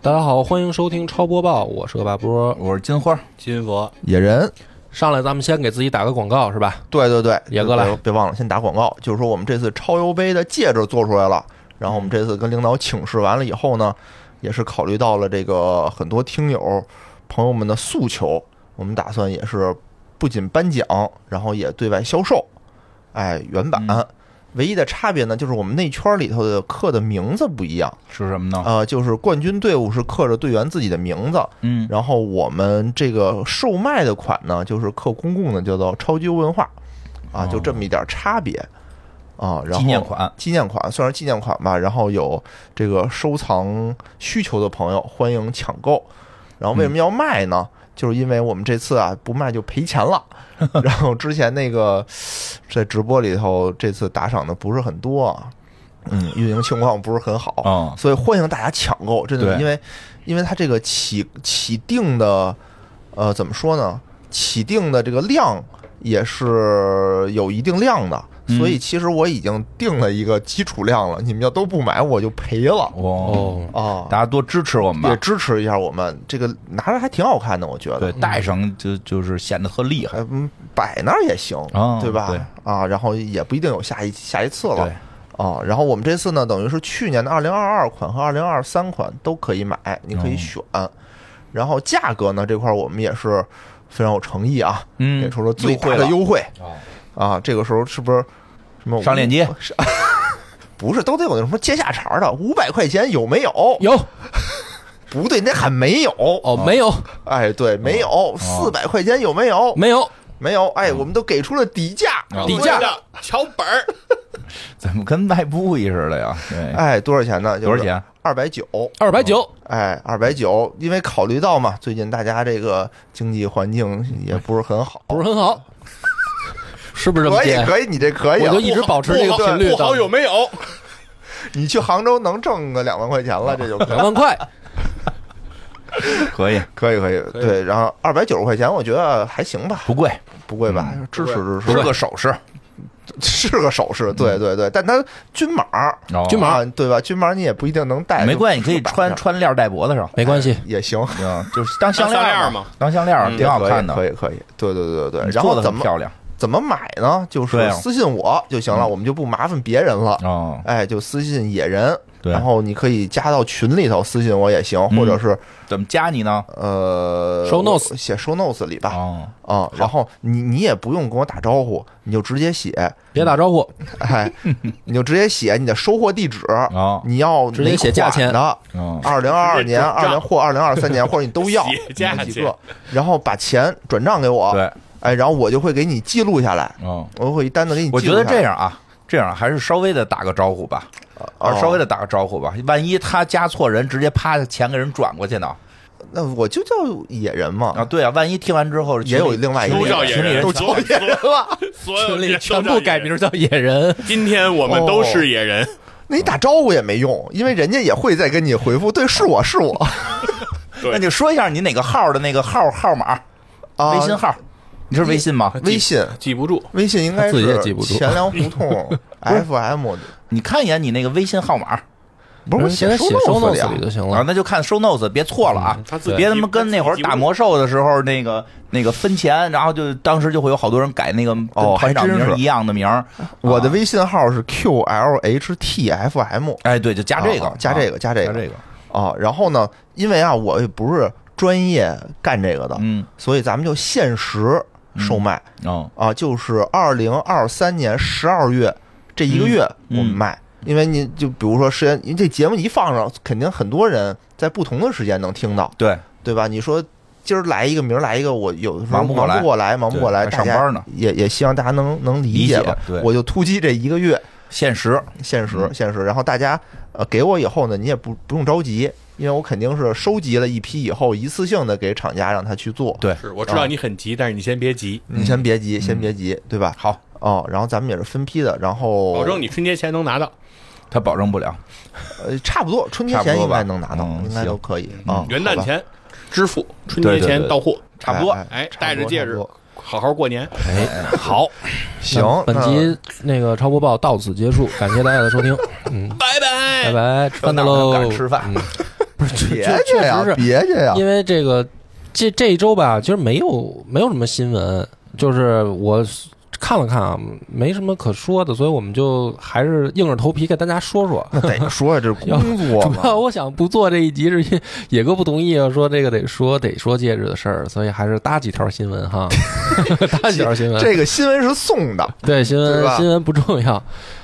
大家好，欢迎收听超播报，我是恶霸波我是金花金佛。野人，上来咱们先给自己打个广告是吧？对对对，野哥来别别忘了先打广告，就是说我们这次超优杯的戒指做出来了，然后我们这次跟领导请示完了以后呢，也是考虑到了这个很多听友朋友们的诉求，我们打算也是不仅颁奖，然后也对外销售，哎，原版。嗯唯一的差别呢，就是我们内圈里头的刻的名字不一样，是什么呢？呃，就是冠军队伍是刻着队员自己的名字，啊嗯，然后我们这个售卖的款呢，就是刻公共的，叫做超级优文化，哦啊，就这么一点差别啊。然后纪念款，纪念款算是纪念款吧。然后有这个收藏需求的朋友欢迎抢购。然后为什么要卖呢？就是因为我们这次啊不卖就赔钱了。 然后之前那个在直播里头，这次打赏的不是很多啊，嗯，运营情况不是很好。嗯，所以欢迎大家抢购，真的，对因为因为它这个起起定的，呃，怎么说呢？起定的这个量也是有一定量的，嗯所以其实我已经定了一个基础量了，你们要都不买我就赔了哦，哦，啊！大家多支持我们也吧。支持一下我们，这个拿着还挺好看的，我觉得。对，带上就就是显得特厉害。还嗯，摆那儿也行，哦对吧？对啊，然后也不一定有下一下一次了对，啊。然后我们这次呢，等于是去年的二零二二款和二零二三款都可以买，你哦可以选。然后价格呢这块儿我们也是非常有诚意啊，嗯给出了最大优惠的了哦优惠啊。这个时候是不是什么上链接？是不是都得有那什么接下茬儿的，五百块钱有没有？有不对，你得喊没有。哦，没有哎，对，没哦有，四百块钱有没有？没有没有，哎，我们都给出了底价，嗯哦底价桥本儿，怎么跟卖布艺似的呀？对，哎，多少钱呢？多少钱？啊二百九，二百九，哎，二百九，因为考虑到嘛，最近大家这个经济环境也不是很好，不是很好，是不是这么可以接？可以，你这可以我啊，就一直保持这个频率不到好有没有？ 你去杭州能挣个两万块钱了，这就可以两万块，可以，可以可以，对，然后二百九十块钱，我觉得还行吧，不贵，不贵吧，哎嗯支持支是持，个首饰。是个首饰，对对对，但它均码儿，哦均码啊对吧？均码儿你也不一定能戴，没就关系，你可以就绑穿上穿链戴脖子上，没关系。也行，嗯，就是当项当项链链儿嘛，当项链儿挺好看的，嗯可以可以可以，对对对对对，你然做后的怎很么漂亮。怎么买呢？就是对啊私信我就行了，我们就不麻烦别人了。哦，哎，就私信野人，对然后你可以加到群里头私信我也行，或者是怎么加你呢？呃收 notes 写 show notes 里吧。哦，啊，然后你你也不用跟我打招呼，你就直接写，别打招呼，哎，你就直接写你的收货地址，哦你要直接哪写价款钱的，哦，二零二二直接年、转二账零或二零二三年，或者你都要写你价们几钱个，然后把钱转账给我，对，哎，然后我就会给你记录下来，哦，我会一单子给你记录我觉下来。得这样啊，这样还是稍微的打个招呼吧，啊，哦稍微的打个招呼吧。万一他加错人，直接啪钱给人转过去呢？那我就叫野人嘛，啊，对啊，万一听完之后哦也有另外一个都叫群野里人，人都所叫有野人了。所有群里人全都部叫改野人。名叫野人，今天我们都是 野人，那你打招呼也没用，因为人家也会再跟你回复，对，是我是我那你说一下你哪个号的那个号号码，啊，微信号？你是微信吗？微信。记不住。微信应该他自己也是记不住钱粮胡同 FM，你看一眼你那个微信号码啊，不是我现在嗯写收 notes 弄里啊就行了。那就看收 notes，别错了啊嗯他自己！别他妈跟那会儿打魔兽的时候那个那个分钱，然后就当时就会有好多人改那个跟哦还团长真名是一样的名儿。我啊的微信号是 QLHTFM，哎对，就加这个啊，加这个啊加这个加这个，啊，然后呢，因为啊，我也不是专业干这个的，嗯，所以咱们就限时售卖、哦，啊，就是二零二三年十二月这一个月我嗯们卖，因为你就比如说时间，因为这节目一放上，肯定很多人在不同的时间能听到，对，对吧？你说今儿来一个，明儿来一个，我有的时候忙不过来忙不过来，忙不过来，对大还家上班呢也也希望大家能能理理解吧。对嗯我就突击这一个月，限时，限时限时，然后大家呃给我以后呢，你也不不用着急，因为我肯定是收集了一批以后，一次性的给厂家让他去做。对嗯是我知道你很急，但是你先别急，你先别急，先别急，对吧？好，哦，然后咱们也是分批的，然哦后保证你春节前能拿到。他保证不了。呃差不多春节差前不多应吧该能拿到，嗯应该都可以啊。元旦好吧前支付，春对节对对前到货，差不多哎，差不多带着戒指差不多，好好过年。哎，好，行，本集那个超播报到此结束，感谢大家的收听，嗯，拜拜。拜拜，吃饭的哪儿喽，敢吃饭嗯。不是确别确介呀实是，别介呀，因为这个这这一周吧，其实没有没有什么新闻，就是我看了看啊，没什么可说的，所以我们就还是硬着头皮给大家说说。那得说呀，这是工 作主要嘛。我想不做这一集是因为 野哥不同意啊，说这个得说得说戒指的事儿，所以还是搭几条新闻 哈，搭几条新闻。这个新闻是送的，对新对闻吧新闻不重要。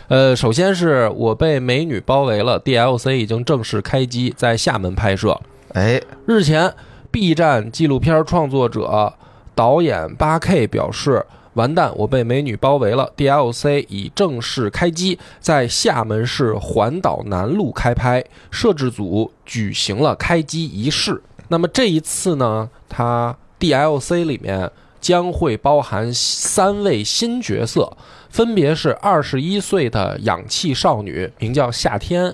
呃，首先是我被美女包围了，DLC 已经正式开机，在厦门拍摄。哎，日前，B 站纪录片创作者、导演八 K 表示：“完蛋，我被美女包围了。”DLC 已正式开机，在厦门市环岛南路开拍，摄制组举行了开机仪式。那么这一次呢，它 DLC 里面将会包含三位新角色，分别是二十一岁的氧气少女，名叫夏天；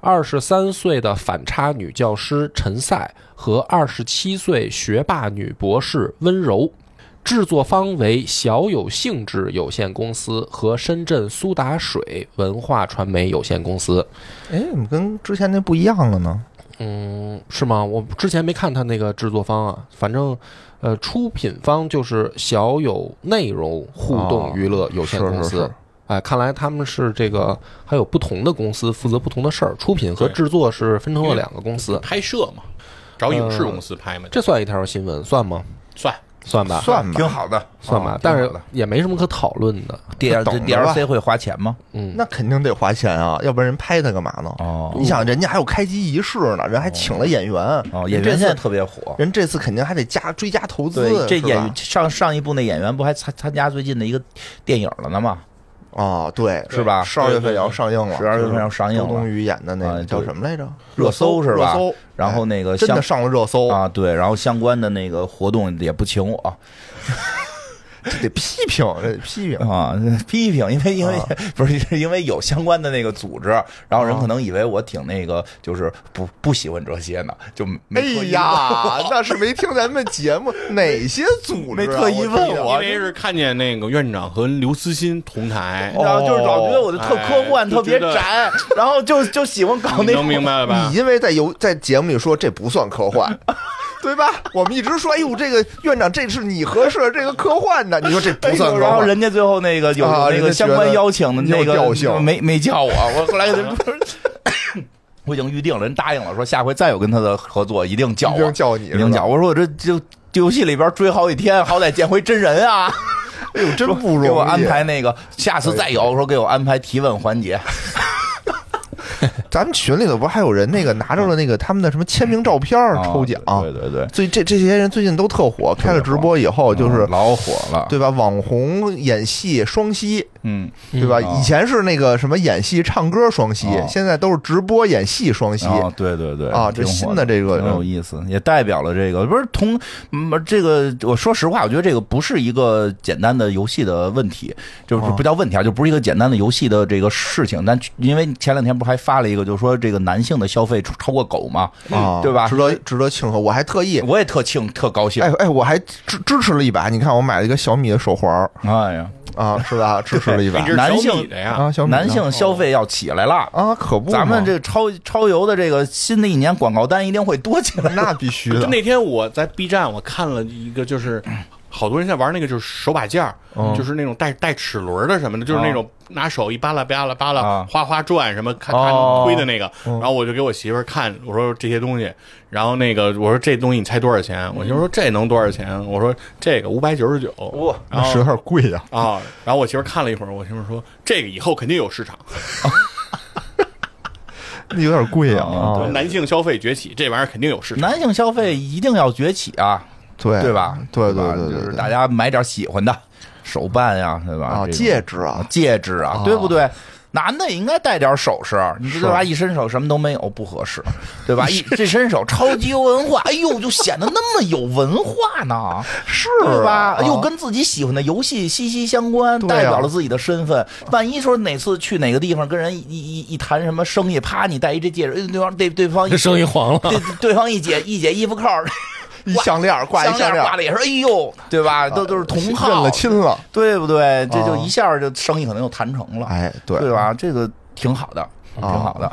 二十三岁的反差女教师陈赛和二十七岁学霸女博士温柔。制作方为小有兴致有限公司和深圳苏打水文化传媒有限公司。哎，怎么跟之前那不一样了呢？嗯，是吗？我之前没看他那个制作方啊，反正，呃，出品方就是小有内容互动娱乐有限公哦是司。是是哎，看来他们是这个还有不同的公司负责不同的事儿，出品和对制作是分成了两个公司。拍摄嘛，找影视公司拍嘛，嗯这算一条新闻算吗？算算吧，算吧，挺好的。算吧，啊但挺是好的也没什么可讨论的。 D 那等着吧 DLC 会花钱吗？嗯，那肯定得花钱啊，要不然人拍它干嘛呢？哦你想，人家还有开机仪式呢，人还请了演员哦，人演这员次现在特别火。人这次肯定还得加追加投资对，，这是吧演员上上一部那演员不还参参加最近的一个电影了呢吗？哦，对，啊是吧十二月份也要上映了，对对对12月份要上映了周冬雨演的那啊个对叫什么来着？热搜是吧热搜然后那个哎真像的上了热搜，啊，对，然后相关的那个活动也不请我这得批评，这得批评。啊，批评，因为因为、啊不是是因为有相关的那个组织，然后人啊可能以为我挺那个，就是不不喜欢这些呢，就没哎特意呀，那是没听咱们 节目，哪些组织没啊特意问我因为是看见那个院长和刘思欣同台你，知道，哦啊就是老觉得我就特科幻、哎特别就觉得宅，啊然后就就喜欢搞你那能明种。白了吧你？因为在游在节目里说这不算 科幻。对吧？我们一直说，哎呦，这个院长，这是你合适这个科幻的，你说这不算科幻。哎然后人家最后那个有啊那个人家相觉得关邀请的那有个调性没没叫我， 我后来给啊 他我已经预定了，人答应了，说下回再有跟他的合作一定叫已我，经叫你一定叫我。我说我这就就游戏里边追好几天，好歹见回真人啊，哎呦，真不容易。啊哎给我安排那个下次再有，我说给我安排提问环节，咱们群里头不是还有人那个拿着了那个他们的什么签名照片儿抽奖？啊对对对，最这这些人最近都特火，开了直播以后哦就是嗯老火了，对吧？网红演戏双栖，嗯，对吧？啊以前是那个什么演戏唱歌双栖哦，现在都是直播演戏双栖哦，对对对，啊。这挺火新的这个嗯挺有意思，也代表了这个不是同嗯这个。我说实话，我觉得这个不是一个简单的游戏的问题，就是哦不叫问题啊，就不是一个简单的游戏的这个事情。但因为前两天不是还发了一个，就是说这个男性的消费超超过狗嘛，嗯啊，对吧值得值得庆贺，我还特意。我也特庆特高兴哎。哎，我还支支持了一把，你看我买了一个小米的手环儿哎呀，啊，是吧？支持 了一把你这是男性小米的呀，啊，小米呢男性消费要起来了，啊，可不嘛，咱们这超超游的这个新的一年广告单一定会多起来。那必须就的，那天我在 B 站我看了一个，就是好多人在玩那个，就是手把件儿，就是那种带带齿轮的什么的，就是那种拿手一扒拉扒拉扒拉啊，哗哗转什么，咔哦咔推的那个。然后我就给我媳妇儿看，我说这些东西，然后那个我说这东西你猜多少钱？我媳妇儿说这能多少钱？我说这个五百九十九。哇然是后有点贵呀。啊，然后我媳妇儿看了一会儿，我媳妇儿说这个以后肯定有市场，那有点贵呀啊啊对！男性消费崛起，这玩意儿肯定有市场。男性消费一定要崛起啊！对对吧？哎对对吧对对就是对大家买点喜欢的手办呀，对吧？啊，这种戒指啊，戒指啊啊，对不对？男的也应该戴点首饰，你知道吧？一伸手什么都没有，不合 适，对吧？一这伸手超级有文化，哎 呦，就显得那么有文化呢，是对吧啊？又跟自己喜欢的游戏息息相关，对啊代表了自己的身份。万一说哪次去哪个地方跟人一一一一谈什么生意，啪，你戴一这戒指，哎对方对对方一这生意黄了。对对方一 解一解衣服扣儿，一项链儿挂一项项链挂儿，了也说，哎呦，对吧？都都是同认号了，亲了。对不对？这就啊一下就生意可能就谈成了，哎，对对吧？这个挺好的，挺啊好的。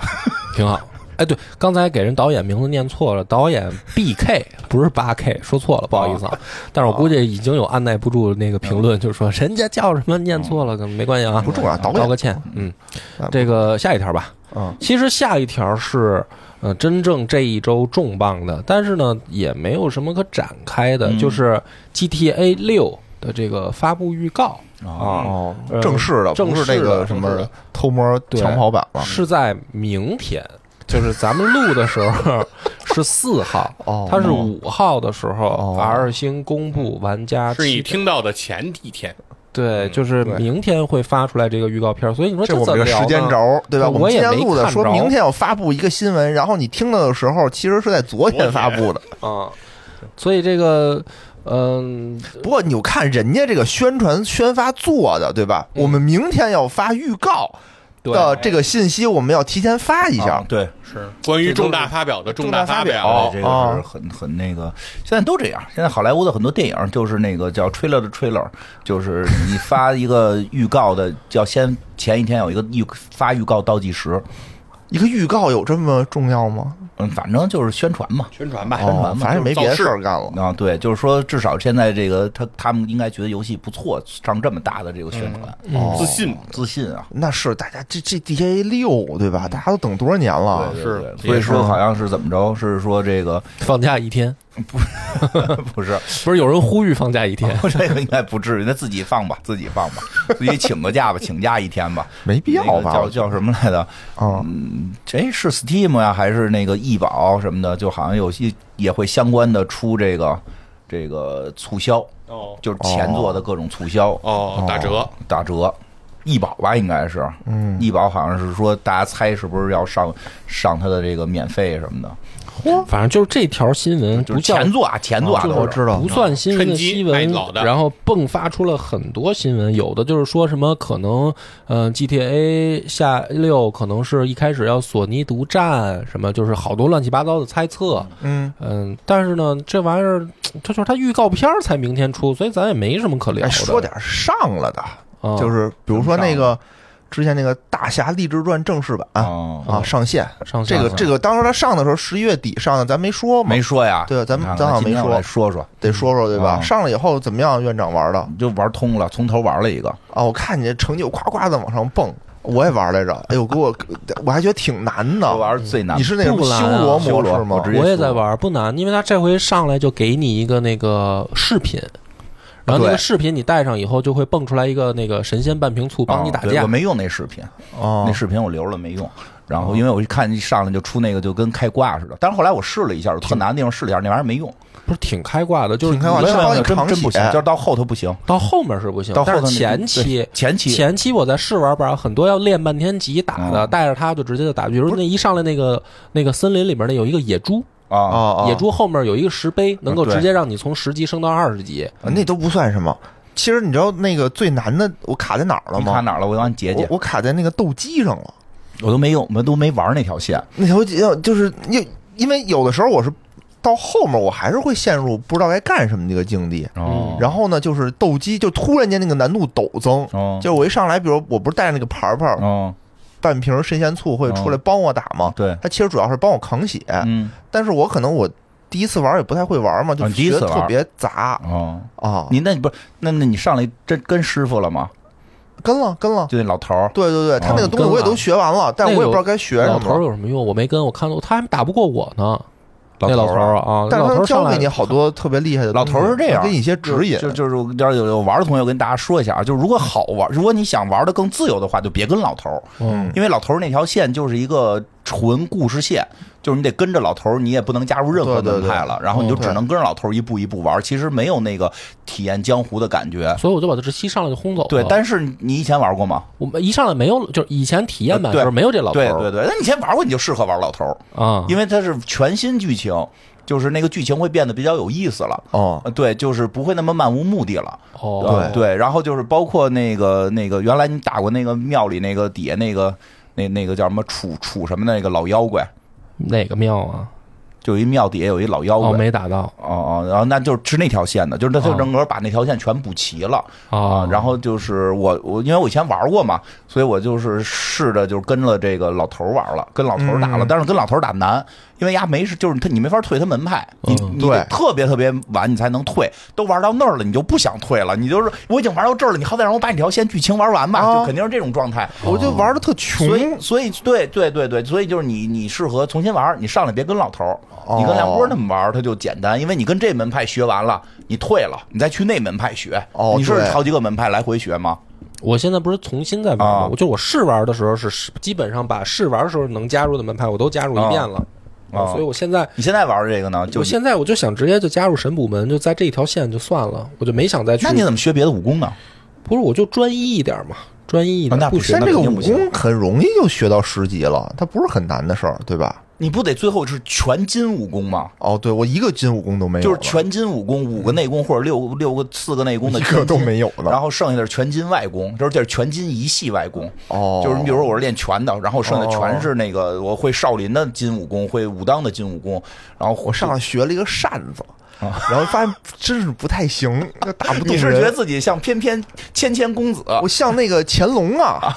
挺好。哎，对，刚才给人导演名字念错了，导演 B K 不是八 K，说错了，不好意思啊。但是我估计已经有按耐不住那个评论，就说人家叫什么念错了，没关系啊，不重要导演道个歉。嗯，这个下一条吧。嗯，其实下一条是，呃，真正这一周重磅的，但是呢，也没有什么可展开的，就是 GTA 六的这个发布预告啊，哦呃，正式的，正不式是的那个什正式么的偷摸抢跑版了。是在明天，就是咱们录的时候是四号，哦，它是五号的时候哦，R 星公布玩家是你期待听到的前几天，对，就是嗯对明天会发出来这个预告片儿，所以你说这我怎们么这个聊时间呢轴，对吧？我我们今也天没录的，看说着明天要发布一个新闻，然后你听到的时候，其实是在昨天发布的。啊，所以这个嗯，不过你看人家这个宣传宣发做的，对吧？嗯我们明天要发预告对的这个信息，我们要提前发一下。哦对，是关于重大发表的重大发哦表，对，这个是很很那个，现在都这样。现在好莱坞的很多电影就是那个叫 trailer 的 trailer，就是你发一个预告的，要先前一天有一个预发预告倒计时，一个预告有这么重要吗？嗯，反正就是宣传嘛。宣传吧，哦，反正也没别的事造势儿干了。啊，对，就是说，至少现在这个他他们应该觉得游戏不错，上这么大的这个宣传，哦自信自信啊。那是大家这这 DJA 六对吧？大家都等多少年了？对是对对也所以是说好像是怎么着？是说这个 放假一天，不是，不是有人呼吁放假一啊天，这个应该不至于，那自己放吧，自己放吧，自己请个假吧，请假一天吧，没必要那个吧？叫叫什么来着？啊，这是 Steam 呀、还是那个易宝什么的？就好像有些也会相关的出这个这个促销，哦就是前作的各种促销、哦，打折打折。易宝吧，应该是，嗯，易宝好像是说，大家猜是不是要上上它的这个免费什么的？反正就是这条新闻就不是叫前作啊，前作啊，就是都哦我是知道不算新闻的趁机新卖闻老，的然后迸发出了很多新闻，有的就是说什么可能，嗯、g t a 下六可能是一开始要索尼独占，什么就是好多乱七八糟的猜测，嗯，嗯，但是呢，这玩意儿这就是它预告片儿才明天出，所以咱也没什么可聊哎，的。说点上了的，嗯啊，就是比如说那个之前那个《大侠立志传》正式版哦啊上线，上这下个这个当时它上的时候十一月底上的，咱没说嘛，没说呀？对咱们你看看咱好像今天没我来说说说，得说说对吧？嗯上了以后怎么样？院长玩的就玩通了，从头玩了一个。啊？我看你这成就夸夸的往上蹦，我也玩来着，哎呦，给我我还觉得挺难的我。玩最难啊你是那种不难修啊罗修模罗式吗我？直接我也说在玩，不难，因为他这回上来就给你一个那个视频，然后那对个视频你带上以后，就会蹦出来一个那个神仙半瓶醋帮你啊打对架我。没用那视频，哦那视频我留了没用。然后因为我一看一上来就出那个就跟开挂似的，但是后来我试了一下，有特难的地方试了一下，那玩意儿没用，不是挺开挂的，啊就是挺开挂你的没它帮有你真扛真不起行，就是到后头不行，到后面是不行到，后但头那是前期对。前期前期我在试玩版，很多要练半天级打的，嗯带着它就直接就打。比如那一上来那个那个森林里面那有一个野猪，啊，哦，野猪后面有一个石碑，能够对直接让你从十级升到二十级。啊那都不算什么。其实你知道那个最难的我卡在哪儿了你吗？卡哪儿了？我让你解我解，我卡在那个斗鸡上了。我都没用，我都没玩那条线，那条街就是因因为有的时候我是到后面我还是会陷入不知道该干什么那个境地。哦然后呢，就是斗鸡，就突然间那个难度陡增。哦就我一上来，比如我不是带着那个牌牌儿哦，半瓶神仙醋会出来帮我打吗？对，他其实主要是帮我扛血，嗯，但是我可能我第一次玩也不太会玩嘛，就啊你第一觉次得特玩别杂哦，啊。你那你不是那那你上来真跟师傅了吗？跟了跟了，就那老头儿，对对对，哦他那个你东西跟我也了都学完了，但那我也有不知道该学老什头儿么。有什么用？我没跟，我看我他还打不过我呢。那老老头儿儿啊。啊，但老头是他儿上教来给你好多特别厉害的东老西，头儿是这样他给你一些就指引。就就是要有有玩的同学，我跟大家说一下啊，就是如果好玩，如果你想玩的更自由的话，就别跟老头儿，嗯，因为老头儿那条线就是一个纯故事线，就是你得跟着老头儿，你也不能加入任何对对门对派了，然后你就嗯只能跟着老头儿一步一步玩，其实没有那个体验江湖的感觉。所以我就把这七上来就轰走了。哦对，但是你以前玩过吗？我们一上来没有，就是以前体验版呃对的时候没有这老头对儿对对，那你以前玩过，你就适合玩老头儿，嗯啊，因为它是全新剧情，就是那个剧情会变得比较有意思了。哦，呃对，就是不会那么漫无目的了。哦，对对，然后就是包括那个那个，原来你打过那个庙里那个底下那个那那个叫什么楚楚什么的那个老妖怪，哪个庙啊？就有一庙底下有一老妖哦，怪。没打到哦哦，然后那就是是那条线的，就是他就哦整个把那条线全补齐了啊哦，。然后就是我我因为我以前玩过嘛，所以我就是试着就是跟了这个老头玩了，跟老头打了，嗯但是跟老头打难，因为呀没事，就是他你没法退他门派，你嗯你得对特别特别晚你才能退，都玩到那儿了你就不想退了，你就是我已经玩到这儿了，你好歹让我把你条线剧情玩完吧，啊就肯定是这种状态。我就玩的特穷所，以，所以，对，对，对，对，所以就是你，你适合重新玩儿，你上来别跟老头儿，哦你跟梁波他们玩儿，他就简单，因为你跟这门派学完了，你退了，你再去那门派学，哦你是对好几个门派来回学吗？我现在不是重新在玩啊吗？我就我试玩的时候是基本上把试玩的时候能加入的门派我都加入一遍了，啊所以我现在你现在玩儿这个呢，就我现在我就想直接就加入神捕门，就在这一条线就算了，我就没想再去那。你怎么学别的武功呢？不是，我就专一一点嘛，专一一啊点那不不学但行这个武那肯定不功很容易就学到十级了，它不是很难的事儿，对吧？你不得最后是全金武功吗？哦，对我一个金武功都没有就了，是全金武功，五个内功或者六六个四个内功的一全个都金没有然了。后剩下的是全金外功，就是这是全金一系外功。哦，就是你比如说我是练拳的，然后剩下的全是那个我会少林的金武功，会武当的金武功，然后我上来学了一个扇子，然后发现真是不太 行，那打不动啊你是觉得人。自己像翩翩芊芊公子？我像那个乾隆啊，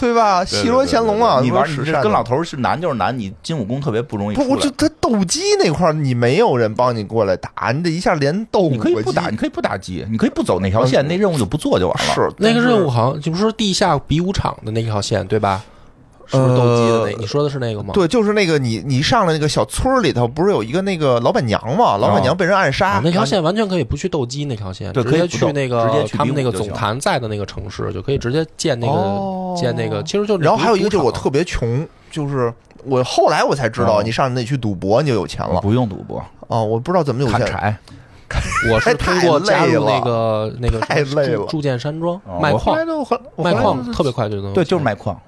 对吧？戏说乾隆啊，你玩你是这扇跟子老头儿是难就是难，你金武功特别不容易出不，我来就。他斗鸡那块儿，你没有人帮你过来打，你得一下连斗五你可以个不鸡打，你可以不打击，你可以不走那条线，那任务就不做就完了。嗯是那个任务好像就不是说地下比武场的那条线对吧？是不是斗鸡的那？呃你说的是那个吗？对，就是那个你你上了那个小村儿里头，不是有一个那个老板娘啊嘛？老板娘被人暗杀，啊，那条线完全可以不去斗鸡那条线，对直可接以不斗去那个直接去他们那个比武总就行坛在的那个城市，就可以直接建那个、哦建那个，其实就是然后还有一个赌就是场我特别穷，就是我后来我才知道，哦你上那去赌博你就有钱了不用赌博，啊！我不知道怎么有砍钱，柴。哎我是通过加入那个那个太累了铸剑山庄哦卖我后矿来，都后我后卖来矿就特别快就能有对，就是钱卖矿，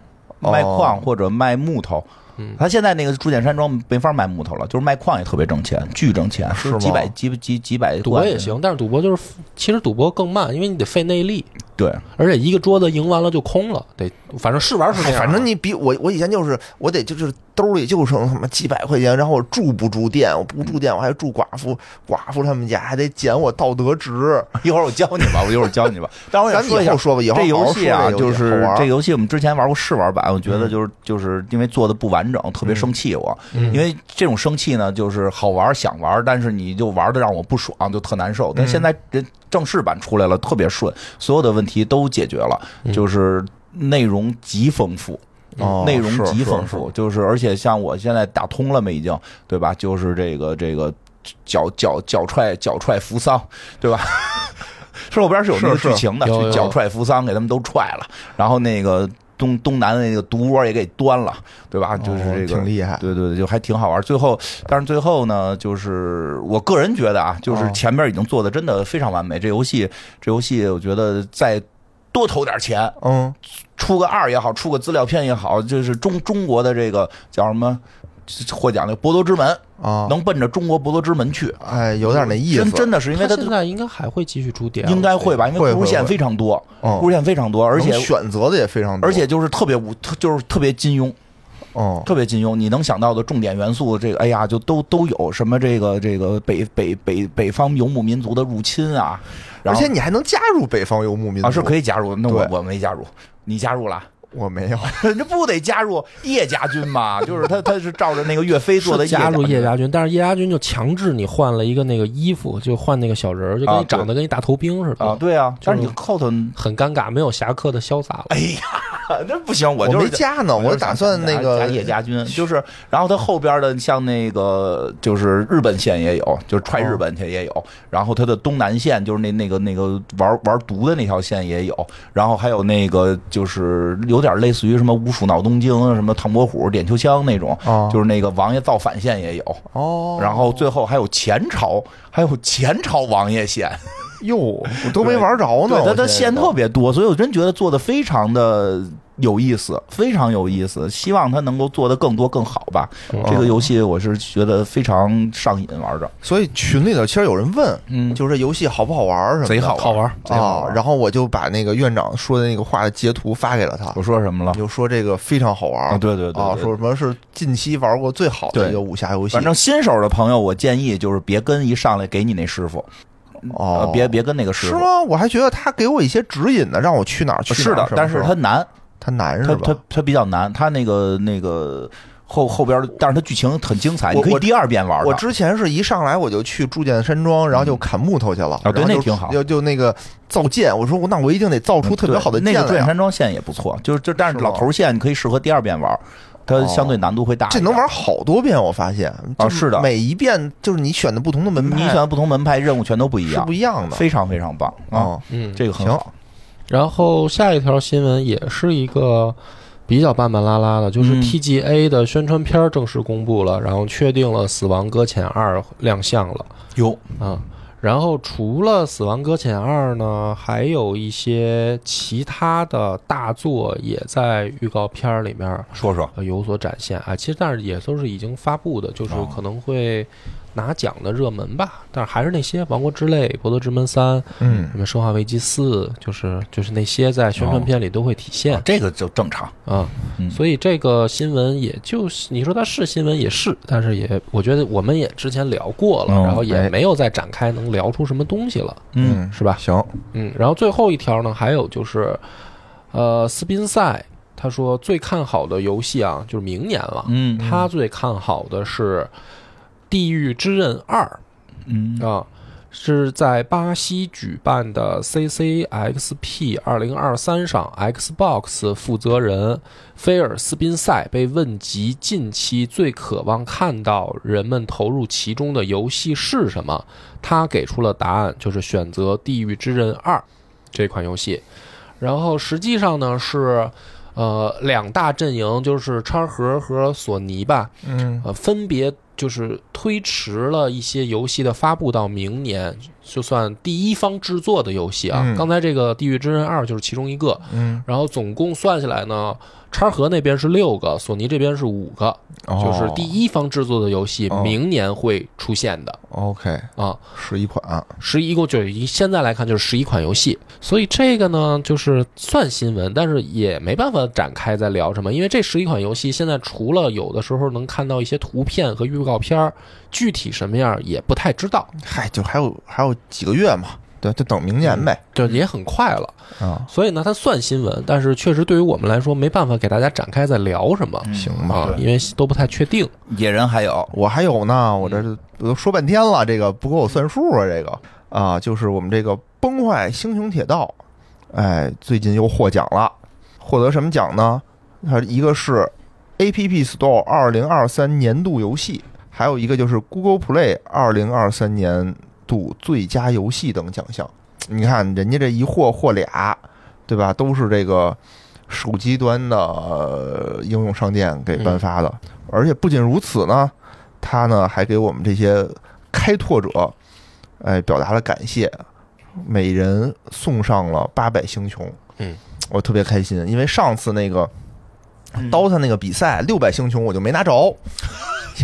哦卖矿或者卖木头。嗯他现在那个铸剑山庄没法卖木头了，就是卖矿也特别挣钱，巨挣钱，是就吗几百几几几百赌博万也。行，但是赌博就是其实赌博更慢，因为你得费内力， 对，而且一个桌子赢完了就空了，得反正试玩是这哎样啊，反正你比我我以前就是我得就是兜里就剩他妈几百块钱，然后我住不住店，我不住店我还住寡妇寡妇他们家，还得减我道德值。一会儿我教你吧，我一会儿教你 吧。但我想咱们说一以下后。说吧，以后这好游好哎戏说啊，游就戏好是玩嗯这游戏，我们之前玩过试玩版，我觉得就是就是因为做的不完整，特别生气我。嗯因为这种生气呢，就是好玩想玩，但是你就玩的让我不爽，就特难受。嗯但现在这正式版出来了，特别顺，所有的问题都解决了，嗯就是内容极丰富。哦嗯内容是极是丰是富，就是而且像我现在打通了嘛，已经对吧？就是这个这个脚脚脚踹脚踹扶桑，对吧？ 是后边是有那个是是剧情的，有去有脚踹扶桑给他们都踹了，然后那个东东南的那个毒窝也给端了，对吧？就是哦这个、挺厉害。对对对，就还挺好玩。最后，但是最后呢，就是我个人觉得啊，就是哦前面已经做的真的非常完美。这游戏，这游戏，我觉得再多投点钱，嗯，出个二也好，出个资料片也好，就是中中国的这个叫什么获奖的《博多之门》，啊，能奔着中国博多之门去，哎，有点那意思，真真的是因为它他现在应该还会继续出 DLC，应该会吧，因为会故事会线会非常多，嗯故事线非常多，而且能选择的也非常多，而且就是特别无，特就是特别金庸，哦，特别金庸，你能想到的重点元素，这个哎呀，就都都有什么这个这个北北北北方游牧民族的入侵啊，然而后且你还能加入北方游牧民族，啊是可以加入，那我对我没加入，你加入了，我没有， 这不得加入叶家军嘛？就是他他是照着那个岳飞做的是加入叶叶军家军，但是叶家军就强制你换了一个那个衣服，就换那个小人儿，就跟啊你对长得跟一大头兵似的啊，，对啊，就是但是你后头很尴尬，没有侠客的潇洒了。哎呀， 那不行，我我就是没加呢，我我打算那个叶家 军，就是，然后他后边的像那个就是日本线也有，就是踹哦日本去也有，然后他的东南线就是那那个那个玩玩毒的那条线也有，然后还有那个就是有点类似于什么五鼠闹东京啊，什么唐伯虎点秋香那种，哦就是那个王爷造反线也有，哦，然后最后还有前朝，还有前朝王爷线，哟，我都没玩着呢。对，我它它现线在特别多，所以我真觉得做的非常的有意思，非常有意思。希望它能够做的更多更好吧。这个游戏我是觉得非常上瘾，玩着所以群里头其实有人问，嗯就是这游戏好不好玩儿什么的，贼好好玩儿。贼好玩啊。然后我就把那个院长说的那个话的截图发给了他我，说什么了就说这个非常好玩儿啊？对对对啊，对说什么是近期玩过最好的对一个武侠游戏，反正新手的朋友，我建议就是别跟一上来给你那师傅，呃哦，别别跟那个师是傅。吗？我还觉得他给我一些指引呢，让我去哪儿去哪儿是的什，么但时是候它难，他难它是吧它？它比较难，它那个那个后后边儿，但是它剧情很精彩，你我可以我第二遍玩我它之前是一上来我就去铸剑山庄，然后就砍木头去了，啊对然后就那挺好就就那个造剑，我说我那我一定得造出特别嗯对好的那剑个来转呀。山庄线也不错，就是就但是是吗哦老头儿线你可以适合第二遍玩儿，它相对难度会大一这点。能玩好多遍，我发现啊就是哎的每一遍就是你选的不同的门你派，选不同门派任务全都不一是样不，一样的非常非常棒啊！啊。嗯，这个很行好，然后下一条新闻也是一个比较半半拉拉的，就是嗯 TGA 的宣传片正式公布了，然后确定了《死亡搁浅二》亮相了有啊。然后除了《死亡搁浅二》呢，还有一些其他的大作也在预告片儿里面说说呃有所展现啊。其实但是也都是已经发布的，就是哦可能会拿奖的热门吧。但是还是那些《王国之泪》《博德之门三》嗯什么《生化危机四》，就是就是那些在宣传片里都会体现啊啊、这个就正常，哦嗯所以这个新闻也就是你说它是新闻也是，但是也我觉得我们也之前聊过了，嗯然后也哎没有再展开能聊出什么东西了，嗯，是吧？行，嗯，然后最后一条呢，还有就是，呃，斯宾塞他说最看好的游戏啊，就是明年了，嗯他最看好的是《地狱之刃二》。嗯啊，是在巴西举办的 CCXP 二零二三上，Xbox 负责人菲尔斯宾塞被问及近期最渴望看到人们投入其中的游戏是什么，他给出了答案，就是选择《地狱之刃二》这款游戏。然后实际上呢是。呃，两大阵营就是叉盒和索尼吧，嗯呃，分别就是推迟了一些游戏的发布到明年，就算第一方制作的游戏啊。嗯刚才这个《地狱之刃二》就是其中一个，嗯，然后总共算下来呢，叉盒那边是六个，索尼这边是五个，就是第一方制作的游戏哦明年会出现的。 OK 啊，十一款，十一共就一现在来看就是十一款游戏，所以这个呢就是算新闻，但是也没办法展开再聊什么，因为这十一款游戏现在除了有的时候能看到一些图片和预告片儿，具体什么样儿也不太知道，嗨，就还有还有几个月嘛，对，就等明年呗就也很快了。啊，所以呢，它算新闻，但是确实对于我们来说没办法给大家展开再聊什么。嗯行吧。啊，嗯对因为都不太确定。野人还有我还有呢，我这我都说半天了，这个不够我算数啊，这个啊，就是我们这个《崩坏：星穹铁道》，哎，最近又获奖了，获得什么奖呢？它一个是 App Store 二零二三年度游戏，还有一个就是 Google Play 二零二三年度最佳游戏等奖项。你看人家这一获获俩，对吧？都是这个手机端的、呃应用商店给颁发的，而且不仅如此呢，他呢还给我们这些开拓者，哎，表达了感谢，每人送上了八百星穹。嗯，我特别开心，因为上次那个。DOTA 嗯那个比赛六百星穹我就没拿着，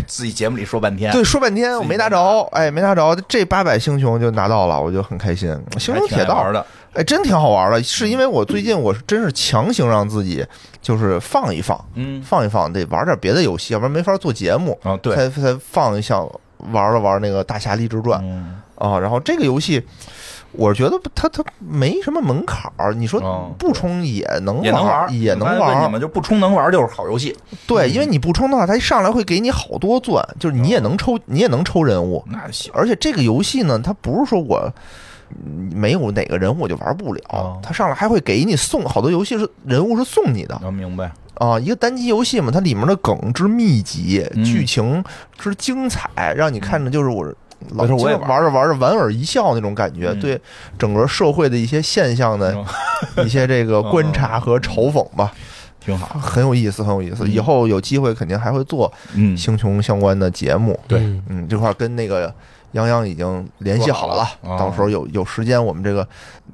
自己节目里说半天，对，说半天我没拿着，哎，没拿着，这八百星穹就拿到了，我就很开心。星还穹挺铁爱道玩的，哎，真挺好玩的，是因为我最近我是真是强行让自己就是放一放，嗯放一放，得玩点别的游戏，要不然没法做节目，啊对，才才放一下玩了玩那个《大侠立志传》嗯啊。然后这个游戏，我觉得它它没什么门槛儿，你说哦不充也能也能玩儿，玩，也我能刚才玩问儿你，们就不充能玩儿就是好游戏，对，因为你不充的话，它一上来会给你好多钻，就是你也能抽，你也能抽人物，那就行。而且这个游戏呢，它不是说我嗯没有哪个人我就玩不了，哦它上来还会给你送好多游戏是人物是送你的能明白，啊，一个单机游戏嘛，它里面的梗之密集，嗯剧情之精彩，让你看着就是我。老没事我也经玩着玩着莞尔一笑那种感觉，嗯对整个社会的一些现象的一些这个观哦察和嘲讽吧，挺好。很有意思，很有意思。以后有机会肯定还会做嗯星穹相关的节目，对嗯嗯，这块儿跟那个泱泱已经联系好了，做好了到时候有有时间我们这个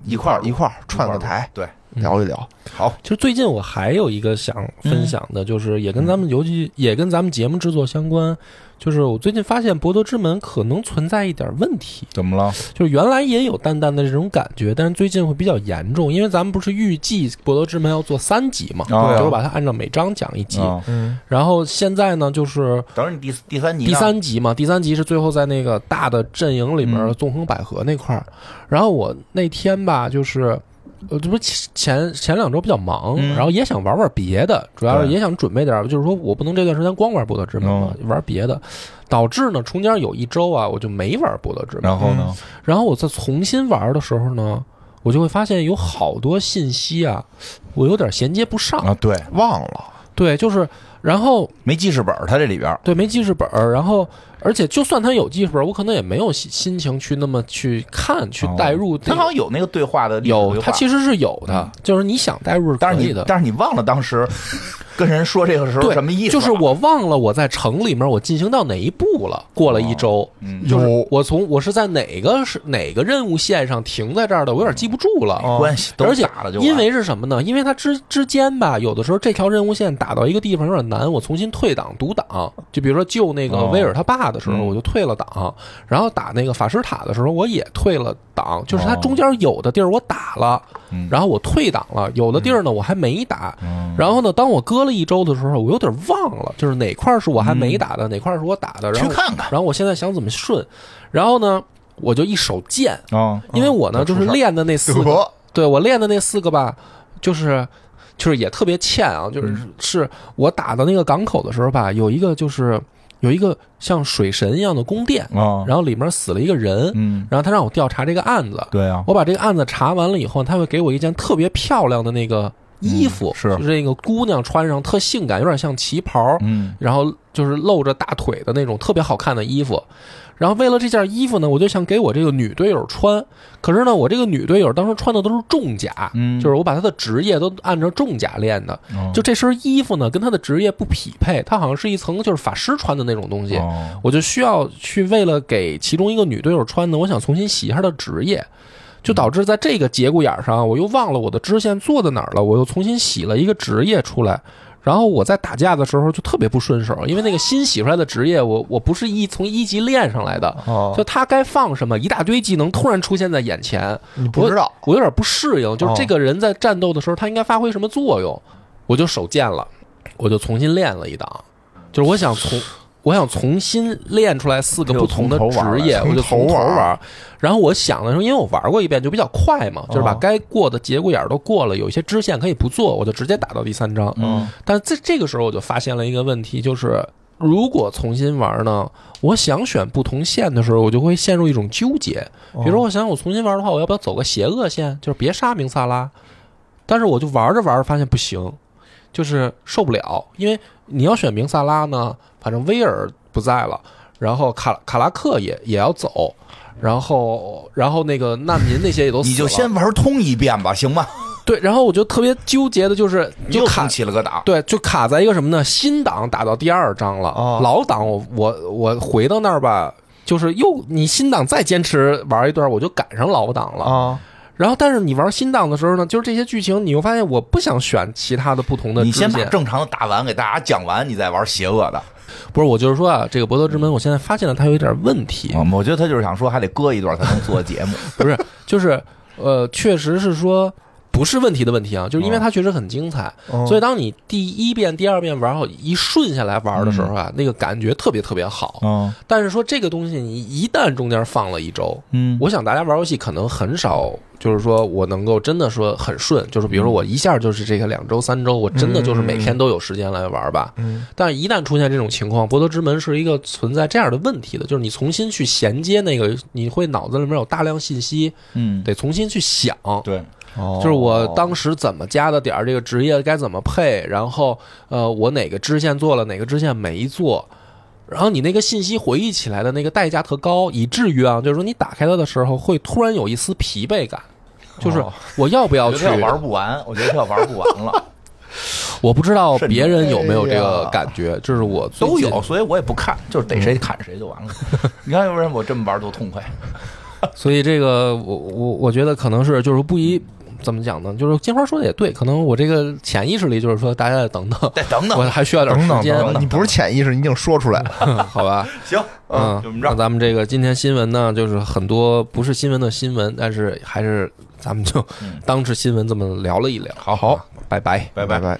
一块儿一一块儿串个一块台对，聊一聊。好，其实最近我还有一个想分享的，就是也跟咱们尤其也跟咱们节目制作相关，就是我最近发现《博德之门》可能存在一点问题，怎么了？就是原来也有淡淡的这种感觉，但是最近会比较严重，因为咱们不是预计《博德之门》要做三集嘛，哦就是把它按照每章讲一集，嗯嗯，然后现在呢就是等着你第四第三集呢，第三集嘛，第三集是最后在那个大的阵营里面嗯纵横捭阖那块儿。然后我那天吧，就是呃，这不是前前两周比较忙，嗯然后也想玩玩别的，主要是对哦也想准备点儿，就是说我不能这段时间光玩《博德之门》嘛，玩别的，导致呢中间有一周啊，我就没玩《博德之门》。然后呢？然后我再重新玩的时候呢，我就会发现有好多信息啊，我有点衔接不上。啊，对，忘了，对，就是然后没记事本儿，它这里边儿对，没记事本儿，然后而且就算他有记事本儿，我可能也没有心心情去那么去看、去代入这它个。好像有那个对话的历史对有，话它其实是有的，就是你想代入是但可是以你的。但是你忘了当时跟人说这个时候对，什么意思，就是我忘了我在城里面我进行到哪一步了。过了一周，嗯就是我从我是在哪个是哪个任务线上停在这儿的，我有点记不住了。没关系，都哦而且打了就完因为是什么呢？因为它之之间吧，有的时候这条任务线打到一个地方有点难，我重新退档读档。就比如说救那个哦威尔他爸的时候，嗯我就退了档；然后打那个法师塔的时候，我也退了档。就是它哦中间有的地儿我打了，嗯然后我退档了；有的地儿呢我还没打。嗯然后呢，当我搁了一周的时候，我有点忘了，就是哪块儿是我还没打的，哪块儿是我打的。然嗯去后，看看然后我现在想怎么顺，然后呢，我就一手贱，啊，因为我呢要出就是事儿练的那四个得对我练的那四个吧，就是就是也特别欠啊，就是、嗯是我打到那个港口的时候吧，有一个就是有一个像水神一样的宫殿，啊，然后里面死了一个人，嗯，然后他让我调查这个案子，对啊，我把这个案子查完了以后，他会给我一件特别漂亮的那个衣服，嗯是就是那个姑娘穿上特性感，有点像旗袍，嗯然后就是露着大腿的那种特别好看的衣服。然后为了这件衣服呢，我就想给我这个女队友穿，可是呢，我这个女队友当时穿的都是重甲，嗯就是我把她的职业都按照重甲练的，哦就这身衣服呢跟她的职业不匹配，她好像是一层就是法师穿的那种东西，哦我就需要去为了给其中一个女队友穿的，我想重新洗一下她的职业，就导致在这个节骨眼儿上，我又忘了我的支线做在哪儿了，我又重新洗了一个职业出来。然后我在打架的时候就特别不顺手，因为那个新洗出来的职业我，我不是一从一级练上来的，哦，就它该放什么一大堆技能突然出现在眼前，你不知道我有点不适应，就是哦这个人在战斗的时候他应该发挥什么作用，我就手贱了，我就重新练了一档，就是我想从。我想重新练出来四个不同的职业，我又就从从头头玩玩儿。然后我想的时候，因为我玩过一遍，就比较快嘛，就是把哦该过的节骨眼儿都过了，有一些支线可以不做，我就直接打到第三章。哦嗯但这这个时候我就发现了一个问题，就是如果重新玩呢，我想选不同线的时候，我就会陷入一种纠结。哦比如说，我想我重新玩的话，我要不要走个邪恶线，就是别杀明萨拉？但是我就玩着玩着发现不行，就是受不了，因为你要选明萨拉呢，反正威尔不在了，然后卡卡拉克也也要走。然后，然后那个难民那些也都死了，你就先玩通一遍吧，行吧？对，然后我就特别纠结的，就是你就又卡重起了个档，对，就卡在一个什么呢？新档打到第二章了，哦老档我我我回到那儿吧，就是又你新档再坚持玩一段，我就赶上老档哦了。啊，然后，但是你玩新档的时候呢，就是这些剧情，你又发现我不想选其他的不同的你支线。先把正常的打完，给大家讲完，你再玩邪恶的。不是我就是说啊，这个《博德之门》，我现在发现了它有一点问题，嗯我觉得他就是想说，还得搁一段才能做节目。不是，就是呃，确实是说不是问题的问题啊，就是因哦为它确实很精彩，所以当你第一遍、第二遍玩好一顺下来玩的时候啊，那个感觉特别特别好。嗯但是说这个东西，你一旦中间放了一周，嗯我想大家玩游戏可能很少，就是说我能够真的说很顺，就是比如说我一下就是这个两周、三周，我真的就是每天都有时间来玩吧。嗯，但是一旦出现这种情况，《博德之门》是一个存在这样的问题的，就是你重新去衔接那个，你会脑子里面有大量信息，嗯，得重新去想。对，哦就是我当时怎么加的点儿，这个职业该怎么配，然后呃，我哪个支线做了，哪个支线没做，然后你那个信息回忆起来的那个代价特高，以至于啊，就是说你打开它的时候会突然有一丝疲惫感，就是哦我要不要我觉去 得他要玩不完，我觉得他要玩不完了。我不知道甚至别人有没有这哎个呀感觉，这是我最都近有，所以我也不看，就是逮谁砍谁就完 了。你看，要不然我这么玩多痛快。所以这个我我我觉得可能是就是不一怎么讲呢？就是金花说的也对，可能我这个潜意识里就是说大家得等 等，再等我等，还需要点等时等间，等等，你不是潜意识，你已经说出来了。好吧？行，嗯，就这么那着。咱们这个今天新闻呢，就是很多不是新闻的新闻，但是还是咱们就嗯当是新闻这么聊了一聊。好好，拜拜。拜拜拜。